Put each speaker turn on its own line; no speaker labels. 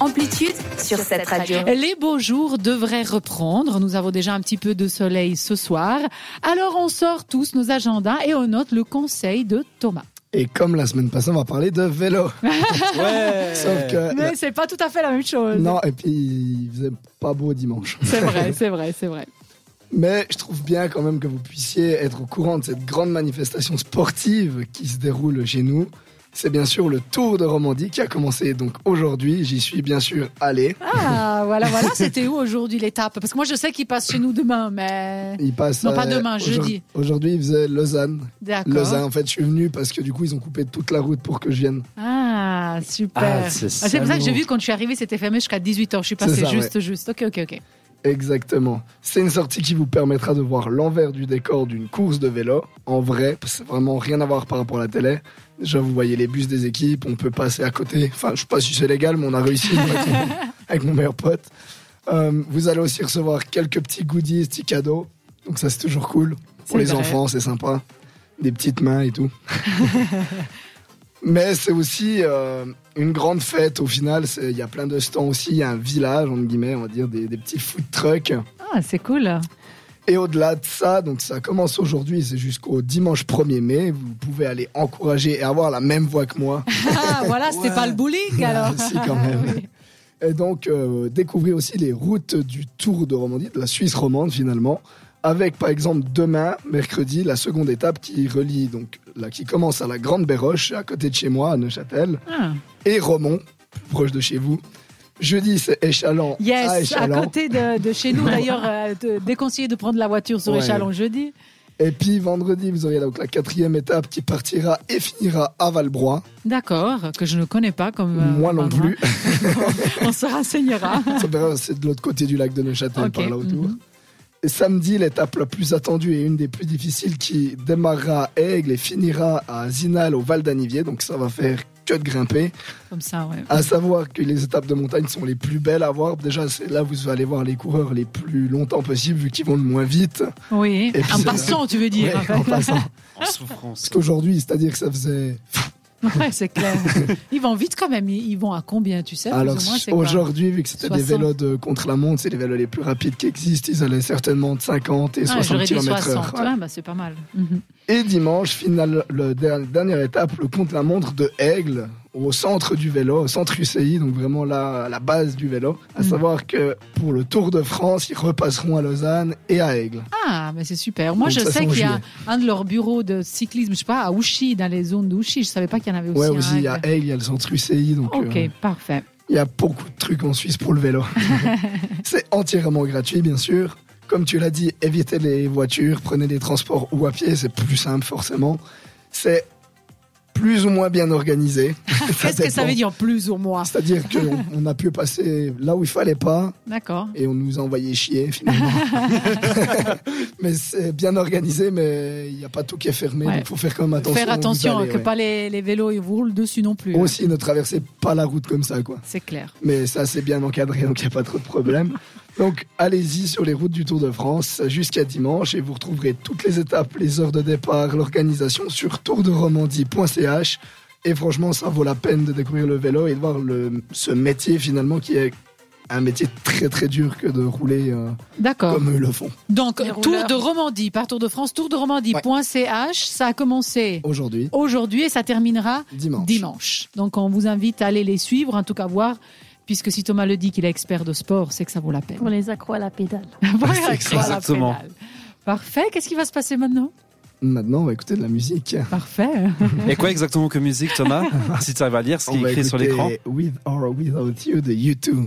Amplitude sur cette radio.
Les beaux jours devraient reprendre. Nous avons déjà un petit peu de soleil ce soir. Alors on sort tous nos agendas et on note le conseil de Thomas.
Et comme la semaine passée, on va parler de vélo.
Ouais.
Sauf que.
Mais c'est pas tout à fait la même chose.
Euh, Non, et puis il faisait pas beau dimanche.
C'est vrai, c'est vrai, c'est vrai.
Mais je trouve bien quand même que vous puissiez être au courant de cette grande manifestation sportive qui se déroule chez nous. C'est bien sûr le Tour de Romandie qui a commencé donc aujourd'hui. J'y suis bien sûr allé.
Ah, voilà, voilà, c'était où aujourd'hui l'étape Parce que moi je sais qu'il passe chez nous demain, mais.
Il passe. euh,
Non, pas demain, jeudi.
Aujourd'hui, il faisait Lausanne.
D'accord.
Lausanne, en fait, je suis venu parce que du coup, ils ont coupé toute la route pour que je vienne.
Ah, super.
Ah, c'est
Ah,
ça,
c'est pour ça que
bon.
j'ai vu quand je suis arrivée, c'était fermé jusqu'à 18h. Je suis passée
C'est ça,
juste, juste. Ok, ok, ok.
Exactement. C'est une sortie qui vous permettra de voir l'envers du décor d'une course de vélo, en vrai, parce que c'est vraiment rien à voir par rapport à la télé. Déjà, vous voyez les bus des équipes, on peut passer à côté. Enfin, je sais pas si c'est légal, mais on a réussi avec mon, avec mon meilleur pote. Euh, vous allez aussi recevoir quelques petits goodies, petits cadeaux. Donc ça, c'est toujours cool. Pour
C'est
les
vrai.
enfants, c'est sympa. Des petites mains et tout. Mais c'est aussi euh, une grande fête au final. C'est- Il y a plein de stands aussi. Il y a un village, entre guillemets, on va dire, des, des petits food trucks.
Ah, c'est cool.
Et au-delà de ça, donc ça commence aujourd'hui, c'est jusqu'au dimanche 1er mai. Vous pouvez aller encourager et avoir la même voix que moi.
Ah, voilà, c'était pas le bowling alors.
si, quand même.
Oui.
Et donc, euh, découvrir aussi les routes du Tour de Romandie, de la Suisse romande finalement. Avec par exemple demain, mercredi, la seconde étape qui relie, donc là, qui commence à la Grande Béroche, à côté de chez moi, à Neuchâtel,
Ah.
et Romont, plus proche de chez vous. Jeudi, c'est Échalon à
Yes, à
Ah, Échalon.
côté de, de chez nous d'ailleurs, euh, de- déconseillé de prendre la voiture sur
Ouais.
échalon jeudi.
Et puis vendredi, vous aurez donc la quatrième étape qui partira et finira à Valbrois.
D'accord, que je ne connais pas comme. euh,
Moi non
endroit.
plus.
On se renseignera.
Ça verra, C'est de l'autre côté du lac de Neuchâtel,
Ok,
par là autour.
mhm.
Et samedi, l'étape la plus attendue et une des plus difficiles qui démarrera à Aigle et finira à Zinal au Val d'Anivier. Donc ça va faire que de grimper.
Comme ça, ouais.
À savoir que les étapes de montagne sont les plus belles à voir. Déjà, c'est là où vous allez voir les coureurs les plus longtemps possible, vu qu'ils vont le moins vite.
Oui,
Et puis
en
c'est-
passant, tu veux dire.
Ouais,
en fait.
en passant.
En souffrance.
Parce qu'aujourd'hui, c'est-à-dire que ça faisait
Ouais, c'est clair. Ils vont vite quand même. Ils ils vont à combien, tu sais plus
Alors
ou moins, c'est quoi
aujourd'hui, vu que c'était des
60.
vélos de contre-la-montre, c'est les vélos les plus rapides qui existent, ils allaient certainement de 50 et
Ah,
60
J'aurais dit
km
60.
heure.
Ouais, bah, c'est pas mal. Mhm.
Et dimanche, finale, le der- dernière étape, le contre-la-montre de Aigle, au centre du vélo, au centre UCI, donc vraiment là, à la base du vélo. À
Mhm.
savoir que pour le Tour de France, ils repasseront à Lausanne et à Aigle.
Ah, mais c'est super. Moi,
Donc,
je
ça, c'est
sais
en
qu'il y a
juillet.
un de leurs bureaux de cyclisme, je sais pas, à Ouchy, dans les zones d'Ouchy. Je savais pas qu'il y en avait aussi.
ouais,
un
aussi, il y a
avec-
Aigle, il y a le centre UCI, donc
Ok,
euh,
parfait.
il y a beaucoup de trucs en Suisse pour le vélo. c'est entièrement gratuit, bien sûr. Comme tu l'as dit, évitez les voitures, prenez les transports ou à pied, c'est plus simple forcément. C'est plus ou moins bien organisé.
Qu'est-ce que ça
dépend.
veut dire plus ou moins
C'est-à-dire qu'on on a pu passer là où il fallait pas
D'accord.
et on nous a envoyé chier finalement. mais c'est bien organisé, mais il n'y a pas tout qui est fermé. Il
Ouais.
faut faire quand même attention.
Faire attention
où vous
hein,
allez,
que
ouais.
pas les, les vélos ils vous roulent dessus non plus. hein.
Aussi, ne traversez pas la route comme ça, quoi.
C'est clair.
Mais ça, c'est bien encadré, donc il n'y a pas trop de problème. Donc, allez-y sur les routes du Tour de France jusqu'à dimanche et vous retrouverez toutes les étapes, les heures de départ, l'organisation sur tourderomandie.ch. Et franchement, ça vaut la peine de découvrir le vélo et de voir le, ce métier finalement qui est un métier très très dur que de rouler euh,
D'accord.
comme eux le font
Donc,
Les
Tour
rouleurs.
de Romandie, par Tour de France, Tour de Romandie.ch, ça a commencé
aujourd'hui,
aujourd'hui et ça terminera
dimanche.
dimanche. Donc, on vous invite à aller les suivre, en tout cas voir, puisque si Thomas le dit qu'il est expert de sport, c'est que ça vaut la peine.
Pour les accros à la pédale.
Voilà,
C'est
accro à la
exactement.
pédale. Parfait. Qu'est-ce qui va se passer maintenant
Maintenant, on va écouter de la musique.
Parfait.
Et quoi exactement que musique, Thomas Si tu arrives à lire ce qui
on
est
va
écrit sur
écouter
l'écran.
With or Without You de U2.